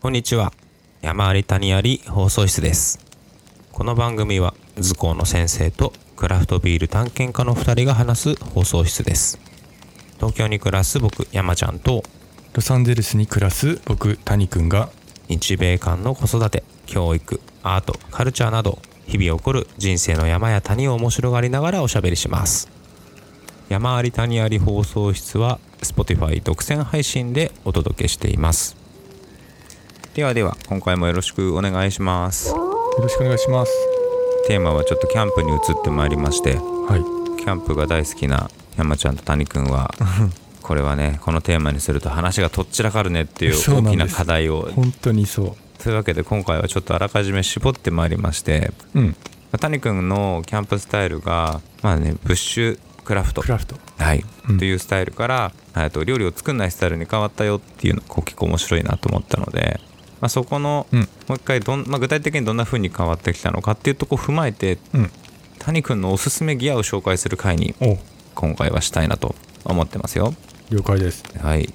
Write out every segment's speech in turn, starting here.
こんにちは山あり谷あり放送室ですこの番組は図工の先生とクラフトビール探検家の2人が話す放送室です東京に暮らす僕山ちゃんとロサンゼルスに暮らす僕谷くんが日米間の子育て教育アートカルチャーなど日々起こる人生の山や谷を面白がりながらおしゃべりします山あり谷あり放送室は Spotify 独占配信でお届けしていますではでは今回もよろしくお願いしますよろしくお願いしますテーマはちょっとキャンプに移ってまいりましてはいキャンプが大好きな山ちゃんと谷くん はこれはねこのテーマにすると話がとっちらかるねっていう そう大なきんでなす課題を本当にそというわけで今回はちょっとあらかじめ絞ってまいりましてううん谷くんのキャンプスタイルがまあねブッシュクラフトクラフトはい、うんというスタイルから、えっと料理を作んないスタイルに変わったよっていうのがこう結構面白いなと思ったので、まあ、そこの、うんもう一回どん、まあ、具体的にどんな風に変わってきたのかっていうとこを踏まえてうん谷くんのおすすめギアを紹介する回にお今回はしたいなと思ってますよ了解ですはい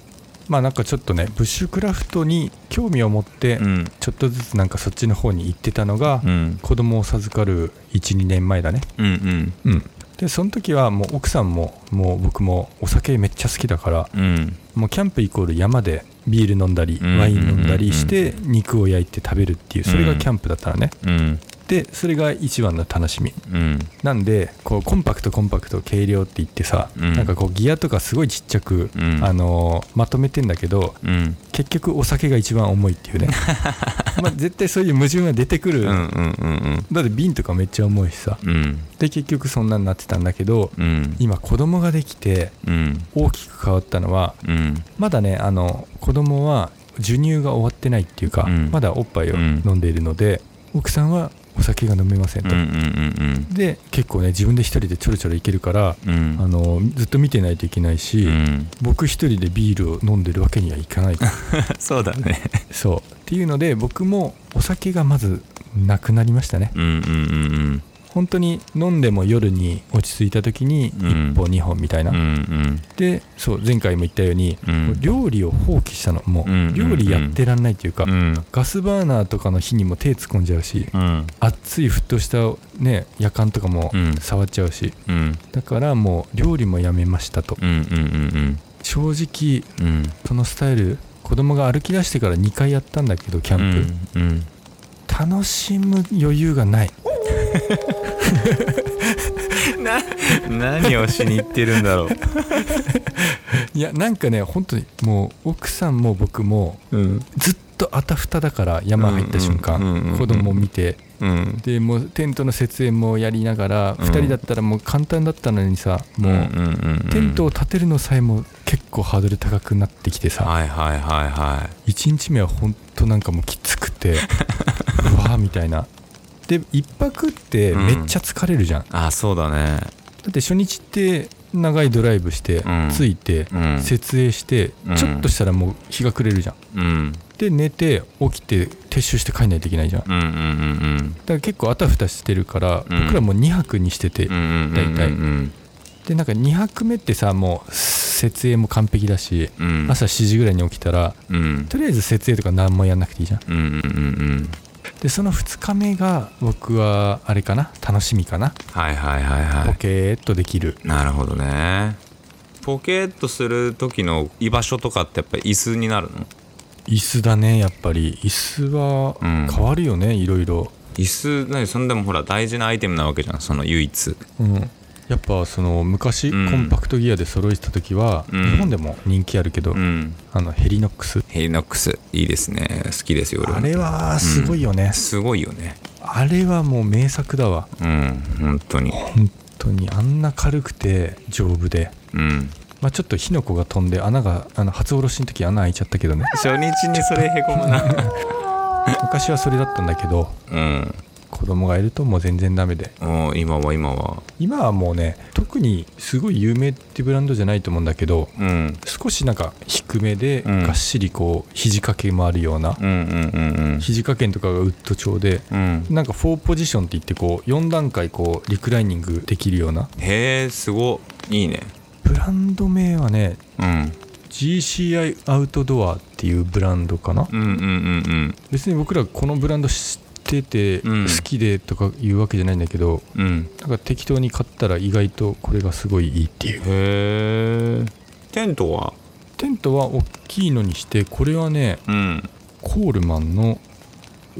まあなんかちょっとねブッシュクラフトに興味を持ってうんちょっとずつなんかそっちの方に行ってたのが、うん子供を授かる12年前だねうんうんうんでその時はもう奥さんももう僕もお酒めっちゃ好きだからうんもうキャンプイコール山でビール飲んだりうんワイン飲んだりして肉を焼いて食べるっていうそれがキャンプだったのねうんでそれが一番の楽しみうんなんでこうコンパクトコンパクト軽量って言ってさ、うんなんかこうギアとかすごいちっちゃく、うんあのーまとめてんだけどうん結局お酒が一番重いっ ていうねまあ絶対そういう矛盾が出てくる、うんうんうんだって瓶とかめっちゃ重いしさうんうんで結局そんなになってたんだけどうん今子供ができてうん大きく変わったのはうんまだねあの子供は授乳が終わってないっていうか、うんまだおっぱいをうん飲んでいるので、奥さんはお酒が飲めませんうと、んうんで結構ね自分で一人でちょろちょろいけるから、うんうんあのずっと見てないといけないし、うん僕一人でビールを飲んでるわけにはいかない そうだねそうっていうので僕もお酒がまずなくなりましたねうんうん本当に飲んでも夜に落ち着いた時にうん1本2本みたいな、うんうんうんでそう前回も言ったように、うんもう料理を放棄したのもう、うん料理やってらんないというか、うんガスバーナーとかの火にも手突っ込んじゃうしうん熱い沸騰したね夜間とかもうん触っちゃうし、うんだからもう料理もやめましたとうんうんうん正直うんそのスタイル子供が歩き出してから2回やったんだけどキャンプ、うんうん楽しむ余裕がない何をしに行ってるんだろいやなんかね本当にもう奥さんも僕もううんずっとあたふただから山入った瞬うんうんうんう間ん子供を見てうんでもうテントの設営もやりながらうん2人だったらもう簡単だったのにさもうんううんうんうんテントを建てるのさえも結構ハードル高くなってきてさはいはいはいは1日目は本当なんかもうきつくて うわーみたいなで1泊ってめっちゃ疲れるじゃん、だいあそうだねって初日って長いドライブしてうん着いてうん設営してうんちょっとしたらもう日が暮れるじゃんうんで寝て起きて撤収して帰んないといけないじゃんだかうんうんうんら結構あたふたしてるからうん僕らもう2泊にしててうんうんうんうん大体うんでなんか2泊目ってさもう設営も完璧だしうん朝7時ぐらいに起きたらうんとりあえず設営とか何もやんなくていいじゃんうんうんうんうんでその2日目が僕はあれかな楽しみかな、はいはいはいはいポケーっとできるなるほどねポケットする時の居場所とかってやっぱり椅子になるの椅子だねやっぱり椅子はうん変わるよね、いろいろ、椅子何そんでもほら大事なアイテムなわけじゃんその唯一うん、やっぱその昔、うんコンパクトギアで揃えてた時は、うん日本でも人気あるけど、うんあのヘリノックスヘリノックスいいですね好きですよ俺はあれはすごいよね、すごいよねあれはもう名作だわうん本当に本当にあんな軽くて丈夫で、うんまあ、ちょっと火の粉が飛んで穴があの初おろしの時穴開いちゃったけどね初日にそれへこむな昔はそれだったんだけどうん子供がいるともう全然ダメでお今は今は今はもうね特にすごい有名ってブランドじゃないと思うんだけどうん少しなんか低めでうんがっしりこう肘掛けもあるようなうんうんうん肘掛けんとかがウッド調でうんうんなんか4ポジションって言ってこう4段階こうリクライニングできるようなへえすごいいいねブランド名はねうん GCI アウトドアっていうブランドかなうんうんうん別に僕らこのブランド知っててうん好きでとかいうわけじゃないんだけど、うんうんなんか適当に買ったら意外とこれがすごいいいっていうへえテントはテントは大きいのにしてこれはねうんコールマンの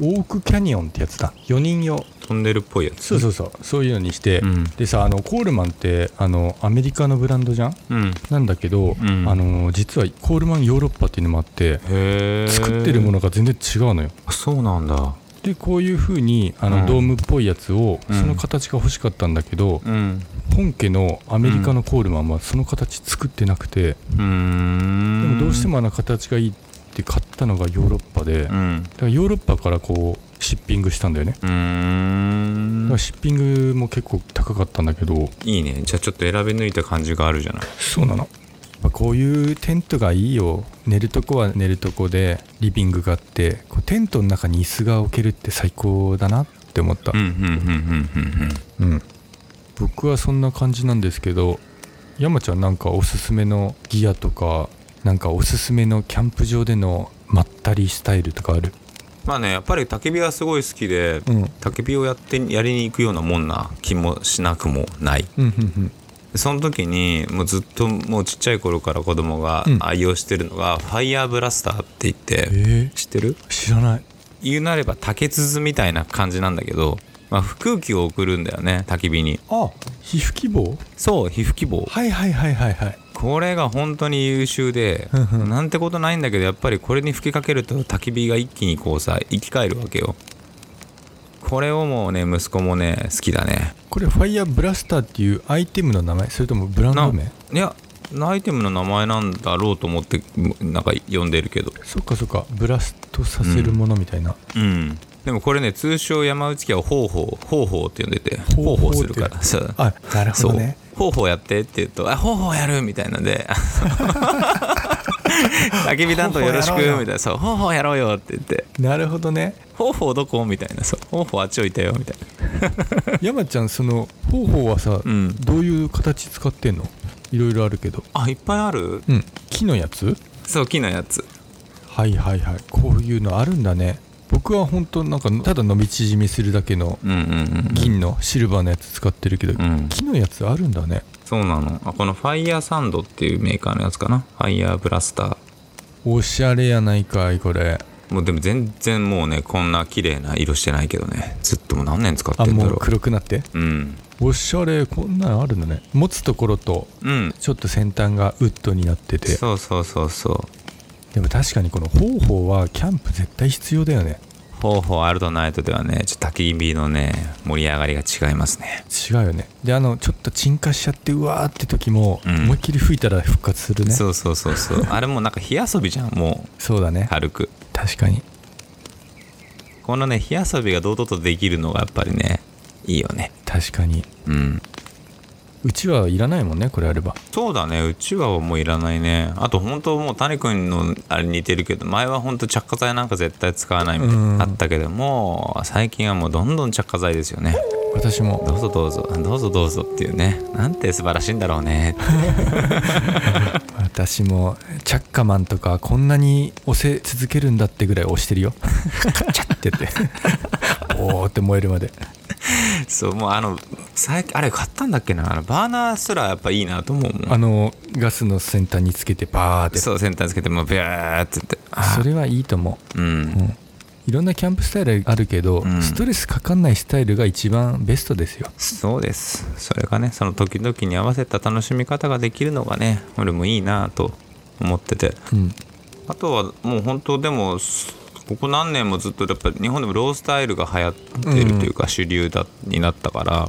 オークキャニオンってやつだ4人用トンネルっぽいやつそうそうそうそういうのにして、うんでさあのコールマンってあのアメリカのブランドじゃんうんなんだけど、うんあの実はコールマンヨーロッパっていうのもあってへえ作ってるものが全然違うのよあそうなんだでこういう風にあうんのドームっぽいやつを、うんその形が欲しかったんだけど、うん本家のアメリカのコールマンはその形作ってなくて、うーんでもどうしてもあの形がいいって買ったのがヨーロッパで、うだかんらヨーロッパからこうシッピングしたんだよねうーだかんらシッピングも結構高かったんだけどいいねじゃあちょっと選び抜いた感じがあるじゃないそうなのこういうテントがいいよ寝るとこは寝るとこでリビングがあってこうテントの中に椅子が置けるって最高だなって思ったうんうんうんうんうんうんうん、僕はそんな感じなんですけど山ちゃんなんかおすすめのギアとかなんかおすすめのキャンプ場でのまったりスタイルとかあるまあねやっぱり焚き火がすごい好きで、うんうん焚き火をやってやりに行くようなもんな気もしなくもないうんその時にもうずっともうちっちゃい頃から子供がうん愛用してるのが、ファイヤーブラスターって言って、え知ってるー、知らない言うなれば竹筒みたいな感じなんだけど、まあ、空気を送るんだよね焚き火にあ皮膚希望そう皮膚希望はいはいはいはいはいこれが本当に優秀でうんうんなんてことないんだけどやっぱりこれに吹きかけると焚き火が一気にこうさ生き返るわけよこれをもうね息子もね好きだねこれファイヤーブラスターっていうアイテムの名前それともブランド名いやアイテムの名前なんだろうと思ってなんか呼んでるけどそっかそっかブラストさせるものみたいな、うんでもこれね通称山内家は「方法」「方法」って呼んでて「方ほうほ法う」するからそうあなるそう方法やってって言うと「あ方法やる」みたいなんで あの「焚き火担当よろしく」方み法やろうたいな「そう方法やろうよ」っよて言ってなるほどね「方法どこ?」みたいな「そう方法あっち置いたよ」みたいな山ちゃんその方法はさ、うんどういう形使ってんのいろいろあるけどあいっぱいあるうん木のやつそう木のやつはいはいはいこういうのあるんだね僕は本当なんかただ伸び縮みするだけのうんうんうん銀のシルバーのやつ使ってるけど、うん木のやつあるんだねそうなのあこのファイヤーサンドっていうメーカーのやつかなファイヤーブラスターおしゃれやないかいこれもうでも全然もうねこんな綺麗な色してないけどねずっともう何年使っあてんだもうろ黒くなってううんおしゃれこんなのあるんだね持つところとうんちょっと先端がウッドになっててそうそうそうそうでも確かにこの方法はキャンプ絶対必要だよね方法あるとないとではねちょっと焚き火のね盛り上がりが違いますね違うよねであのちょっと沈下しちゃってうわーって時も、うん思いっきり吹いたら復活するねそうそうそうそうあれもうなんか火遊びじゃんもそうだうね軽く確かにこのね火遊びが堂々とできるのがやっぱりねいいよね確かにうんうちはいらないもんねこれあればそうだねうちわはもういらないねあと本当もう谷君のあれ似てるけど前は本当着火剤なんか絶対使わないみたいうんなあったけども最近はもうどんどん着火剤ですよね私もどうぞどうぞどうぞどうぞっていうねなんて素晴らしいんだろうね私もチャッカマンとかこんなに押せ続けるんだってぐらい押して るよカチャってやっておーって燃えるまでそうもうあの最近あれ買ったんだっけなあのバーナーすらやっぱいいなと思うもあんのガスの先端につけてバーってそそう先端つけてもうビューってってあれはいいと思うう、うんん、いろんなキャンプスタイルあるけど、うんストレスかかんないスタイルが一番ベストですよそうですそれがねその時々に合わせた楽しみ方ができるのがね俺もいいなと思っててうんあとはもう本当でもすここ何年もずっとやっぱ日本でもロースタイルが流行ってるというか主流だ、になったからやっ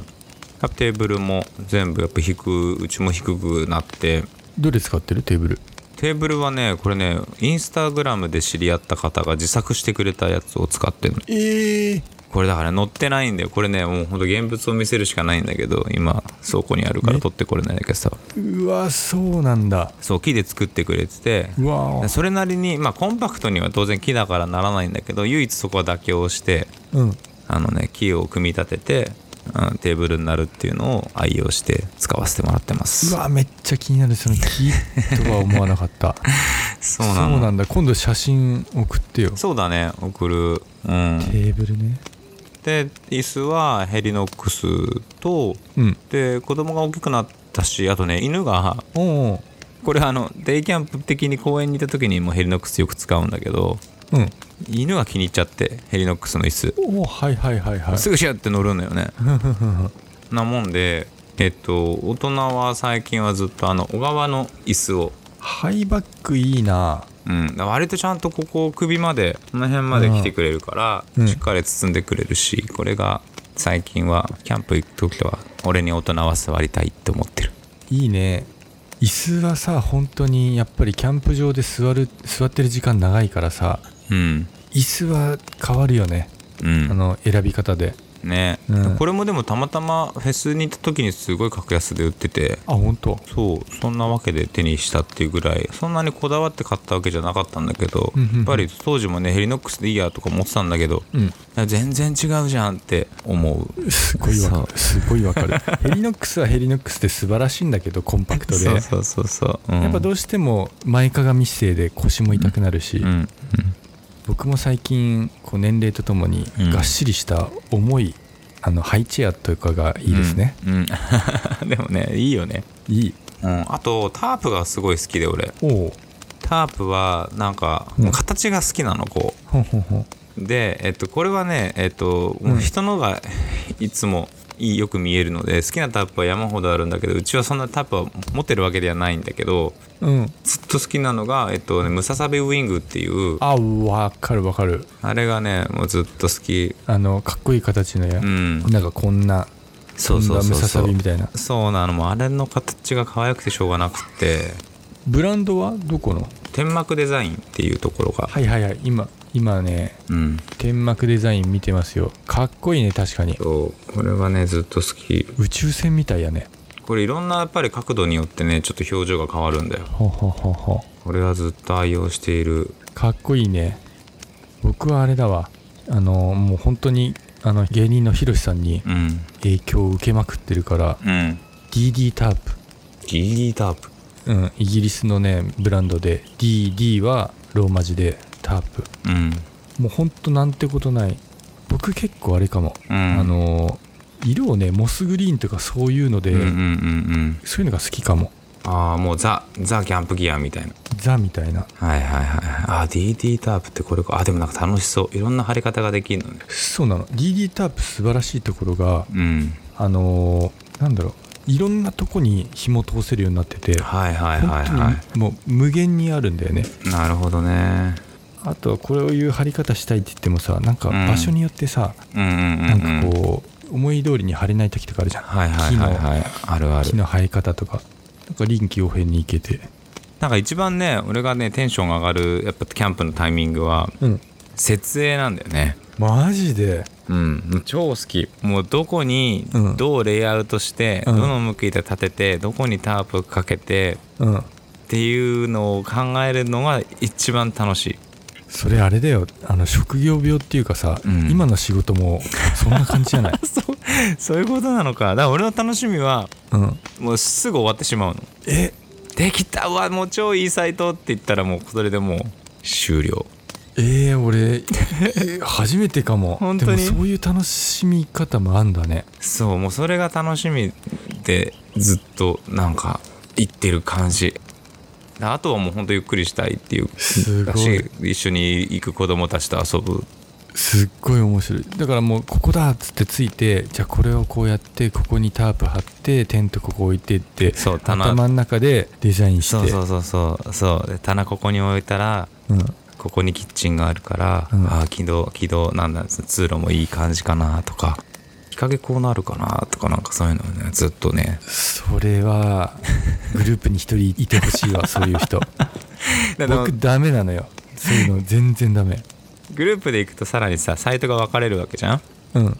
ぱテーブルも全部やっぱ低くうちも低くなってどれ使ってるテーブルテーブルはねこれねインスタグラムで知り合った方が自作してくれたやつを使ってるのええこれだから載ってないんだよこれねもうほんと現物を見せるしかないんだけど今倉庫にあるからね取ってこれないんだけどさうわそうなんだそう木で作ってくれててうわそれなりにまあコンパクトには当然木だからならないんだけど唯一そこは妥協してうんあのね木を組み立ててうん、テーブルになるっていうのを愛用して使わせてもらってますうわめっちゃ気になるその木とは思わなかった そうなのんだ今度写真送ってよそうだね送るうんテーブルねで椅子はヘリノックスとうんで子供が大きくなったしあとね犬がおうおうこれあのデイキャンプ的に公園にいた時にもヘリノックスよく使うんだけどうん犬が気に入っちゃってヘリノックスの椅子おおはいはいはいはいすぐシュッて乗るのよね ふんふんふんふんなもんでえっと大人は最近はずっとあの小川の椅子をハイバックいいなうん、割とちゃんとここ首までこの辺まで来てくれるから、うんしっかり包んでくれるしこれが最近はキャンプ行く時は俺に大人は座りたいって思ってるいいね椅子はさ本当にやっぱりキャンプ場で座る座ってる時間長いからさうん椅子は変わるよね、うんあの選び方でね、うんこれもでもたまたまフェスに行った時にすごい格安で売っててあ本当そうそんなわけで手にしたっていうぐらいそんなにこだわって買ったわけじゃなかったんだけど、うんうんうんやっぱり当時もねヘリノックスでいいやとか思ってたんだけどうんいや全然違うじゃんって思うすごいわかるすごいわかるヘリノックスはヘリノックスで素晴らしいんだけどコンパクトでそうそうそうそう、うんやっぱどうしても前かがみ姿勢で腰も痛くなるし、うん僕も最近こう年齢とともにうんがっしりした重い、あのハイチェアというかがいいですね、うん、うん でもねいいよね、いいうん、あとタープがすごい好きで俺おおタープはなんかうん形が好きなのこほんほんほんうで、えっと、これはね、えっと、うん人のがいつもいいよく見えるので好きなタープは山ほどあるんだけどうちはそんなタープは持ってるわけではないんだけどうんずっと好きなのが、えっとね、ムササビウィングっていうああわかるわかるれがねもうずっと好きあのかっこいい形のや、うんなんかこんなそこうんそなうムそうそササビうみたいなそうなのもうあれの形が可愛くてしょうがなくてブランドはどこの天幕デザインっていうところが、はいはいはい今今ねうん天幕デザイン見てますよかっこいいね確かにそうこれはねずっと好き宇宙船みたいやねこれいろんなやっぱり角度によってねちょっと表情が変わるんだよほうほうほうほこれはずっと愛用しているうかっこいいね僕はあれだわあのもう本当にあの芸人のひろしさんにうん影響を受けまくってるからうん DD タープギリギリタープうん、イギリスのねブランドで DD はローマ字でタープうんもうほんとなんてことない僕結構あれかも、うんあのー色をねモスグリーンとかそういうので、うんうんうんうんそういうのが好きかもああもうザザキャンプギアみたいなザみたいなはいはいはいああ DD タープってこれかあでもなんか楽しそういろんな貼り方ができるのねそうなの DD タープ素晴らしいところがうんあのーなんだろういろんなとこに紐通せるようになっててはいはいはいは本当にもう無限にあるんだよねいなるほどねあとはこれをいう貼り方したいって言ってもさなんか場所によってさ、うんうんうん、うなんかこう思い通りに貼れない時とかあるじゃんはいはいはいはいあるある木の生え方とかなんか臨機応変にいけてなんか一番ね俺がねテンションが上がるやっぱキャンプのタイミングはうん設営なんだよねマジでうん超好きもうどこにうんどうレイアウトして、うんどの向きで立ててどこにタープかけてうんっていうのを考えるのが一番楽しいそれあれだよあの職業病っていうかさ、うん今の仕事もそんな感じじ ゃないそう そういうことなのかだから俺の楽しみはうんもうすぐ終わってしまうのえできたうわもう超いいサイトって言ったらもうそれでもう終了えー、俺 えー初めてかも本当にでもそういう楽しみ方もあんだねそうもうそれが楽しみでずっとなんか行ってる感じであとはもうほんとゆっくりしたいっていうすごだいし一緒に行く子供たちと遊ぶすっごい面白いだからもうここだっつってついてじゃあこれをこうやってここにタープ張ってテントここ置いてってそう棚頭の中でデザインしてそうそうそうそうそうで棚ここに置いたらうん、ここにキッチンがあるから、うんああ軌道軌道なんだ通路もいい感じかなとか日陰こうなるかなとかなんかそういうのをねずっとねそれはグループに一人いてほ しいわそういう人僕ダメなのよそういうの全然ダメグループで行くとさらにさサイトが分かれるわけじゃんうん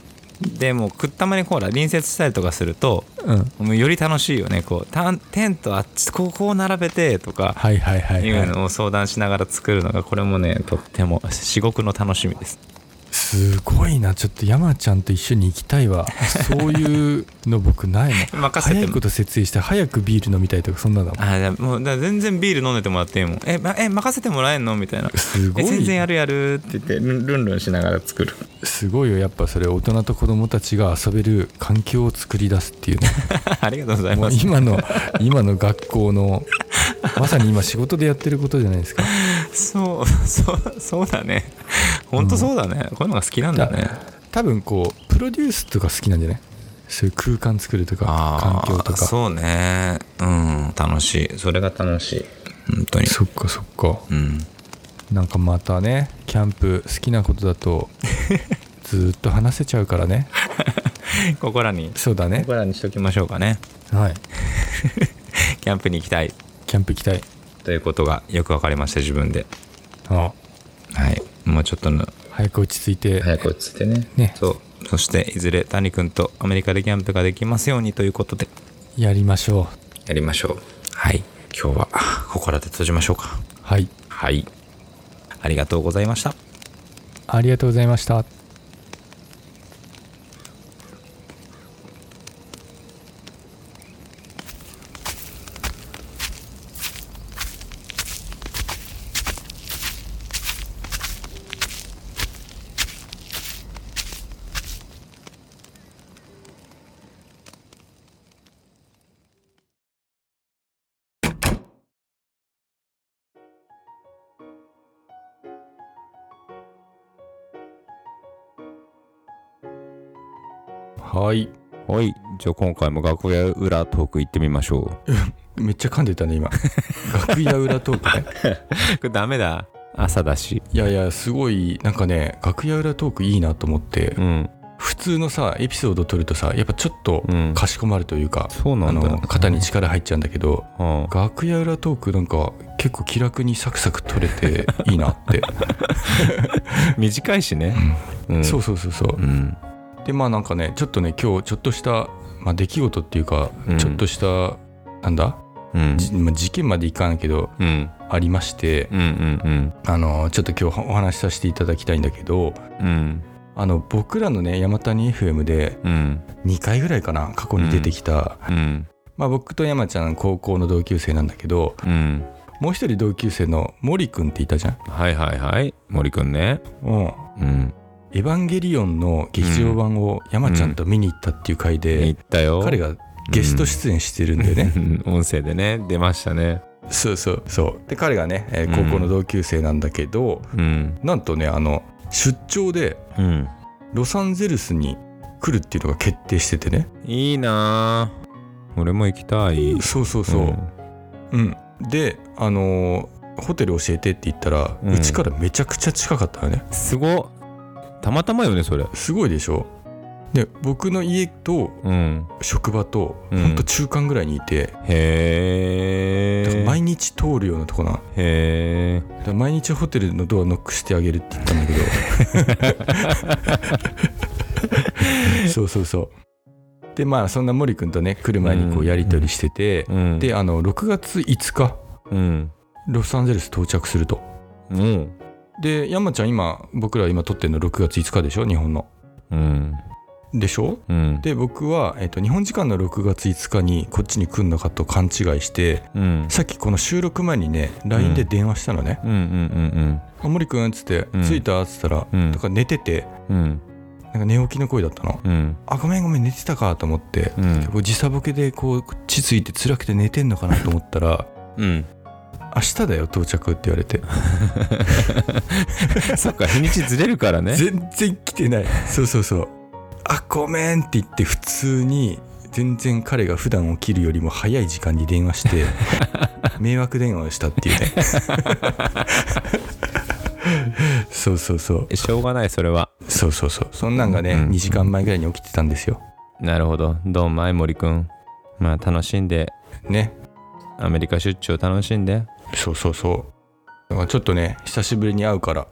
でもうくったまにほら隣接したりとかするとうんもうより楽しいよねこうたテントあっちこうこう並べてとかはいはいはいい、うはのを相談しながら作るのがこれもねとっても至極の楽しみですい、すごいなちょっと山ちゃんと一緒に行きたいわそういうの僕ない の任せ早ていこと設営して早くビール飲みたいとかそんなだもんあじゃあもうだから全然ビール飲んでてもらっていいもんえ,、ま、え任せてもらえんのみたいなすごえ全然やいるやるって言ってルンルンルンしながら作るすごいよやっぱそれ大人と子供たちが遊べる環境を作り出す っていうね ありがとうございもまうす。今の今の学校のまさに今仕事でやってることじゃないですかそう、 そう、そうだね。本当そうだね。こういうのが好きなんだね。多分こうプロデュースとか好きなんじゃないそういう空間作るとかー環境とかそそうね。うん、楽しい。それが楽しい。本当に。っかそっかうん。なんかまたねキャンプ好きなことだと ずーっと話せちゃうからねここらに、そうだこねこらにしときましょうかね。はいキャンプに行きたいキャンプ行きたいということがよくわかりました、自分で。あはい。もうちょっとの、早く落ち着いて、早く落ち着いてね。ねそう。そして、いずれ谷君とアメリカでキャンプができますようにということで、やりましょやりましょう。はい。今日は、ここらで閉じましょうか。うはいはい。ありがとうございました。ありがとうございましたはいはいじゃあ今回も楽屋裏トーク行ってみましょうめっちゃ噛んでたね 今楽屋裏トークね これダメだ。朝だしいやいやすごいなんかね楽屋裏トークいいなと思って、うん普通のさエピソード撮るとさやっぱちょっとうんかしこまるというか、そうなあんだの肩に力入っちゃうんだけど、うん楽屋裏トークなんか結構気楽にサクサク撮れていいなって、短いしね、 うん、そうそうそうそう、うんでまあなんかねちょっとね今日ちょっとした、まあ、出来事っていうか、うんちょっとしたなんだ、うんじまあ事件までいかんけどうんありましてうんうんあのちょっと今日お話しさせていただきたいんだけどうんうんあの僕らのね山谷 FM でうん2回ぐらいかな過去に出てきた、うんまあ、僕と山ちゃん高校の同級生なんだけどうんもう一人同級生の森くんっていたじゃん、はいはいはい森くんねうん、うんエヴァンゲリオンの劇場版を山ちゃんと見に行ったっていう回で行、ったよ彼がゲスト出演してるんだよね、うん音声でね出ましたね そうそうそうで彼がね、えーうん高校の同級生なんだけど、うんなんとねあの出張でうんロサンゼルスに来るっていうのが決定しててねいいなぁ俺も行きたいそうそうそう、うん、であのーホテル教えてって言ったらうんうち、からめちゃくちゃ近かったよねすごたまたまよねそれすごいでしょで僕の家とうん職場とうんほんと中間ぐらいにいて、へだからえ毎日通るようなとこなのへえだから毎日ホテルのドアノックしてあげるって言ったんだけど そうそうそうでまあそんな森君とね来る前にこうんうやり取りしてて、うんであの6月5日うんロサンゼルス到着するとうんで山ちゃん今僕ら今撮ってるの6月5日でしょ日本のうんでしょうんで僕は、えっと日本時間の6月5日にこっちに来るのかと勘違いしてうんさっきこの収録前にね LINE で電話したのねうんうん「あ森くん」っつってうん「着いた?」っつったら、うんうんだから寝ててうんなんか寝起きの声だったのうん「あごめんごめん寝てたか」と思ってうんこう時差ボケでこうこっちついて辛くて寝てんのかなと思ったらうん「明日だよ到着」って言われて そっか日にちずれるからね全然来てないそうそうそう「あごめん」って言って普通に全然彼が普段起きるよりも早い時間に電話して 迷惑電話をしたっていうね そうそうそうしょうがないそれはそうそうそうそんなんがね、うん2時間前ぐらいに起きてたんですよなるほどどうもい森くんまあ楽しんでねアメリカ出張楽しんでそうそうそうだからちょっとね久しぶりに会うから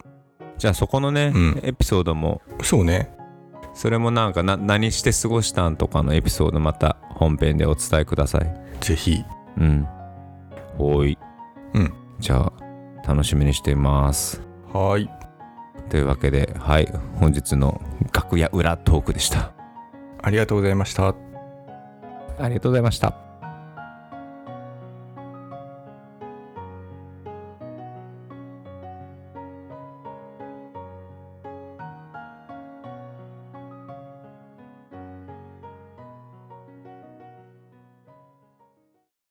じゃあそこのね、うんエピソードもそうねそれもなんかな何して過ごしたんとかのエピソードまた本編でお伝えくださいぜひうんおいうんじゃあ楽しみにしていますはーいというわけではい本日の楽屋裏トークでしたありがとうございましたありがとうございました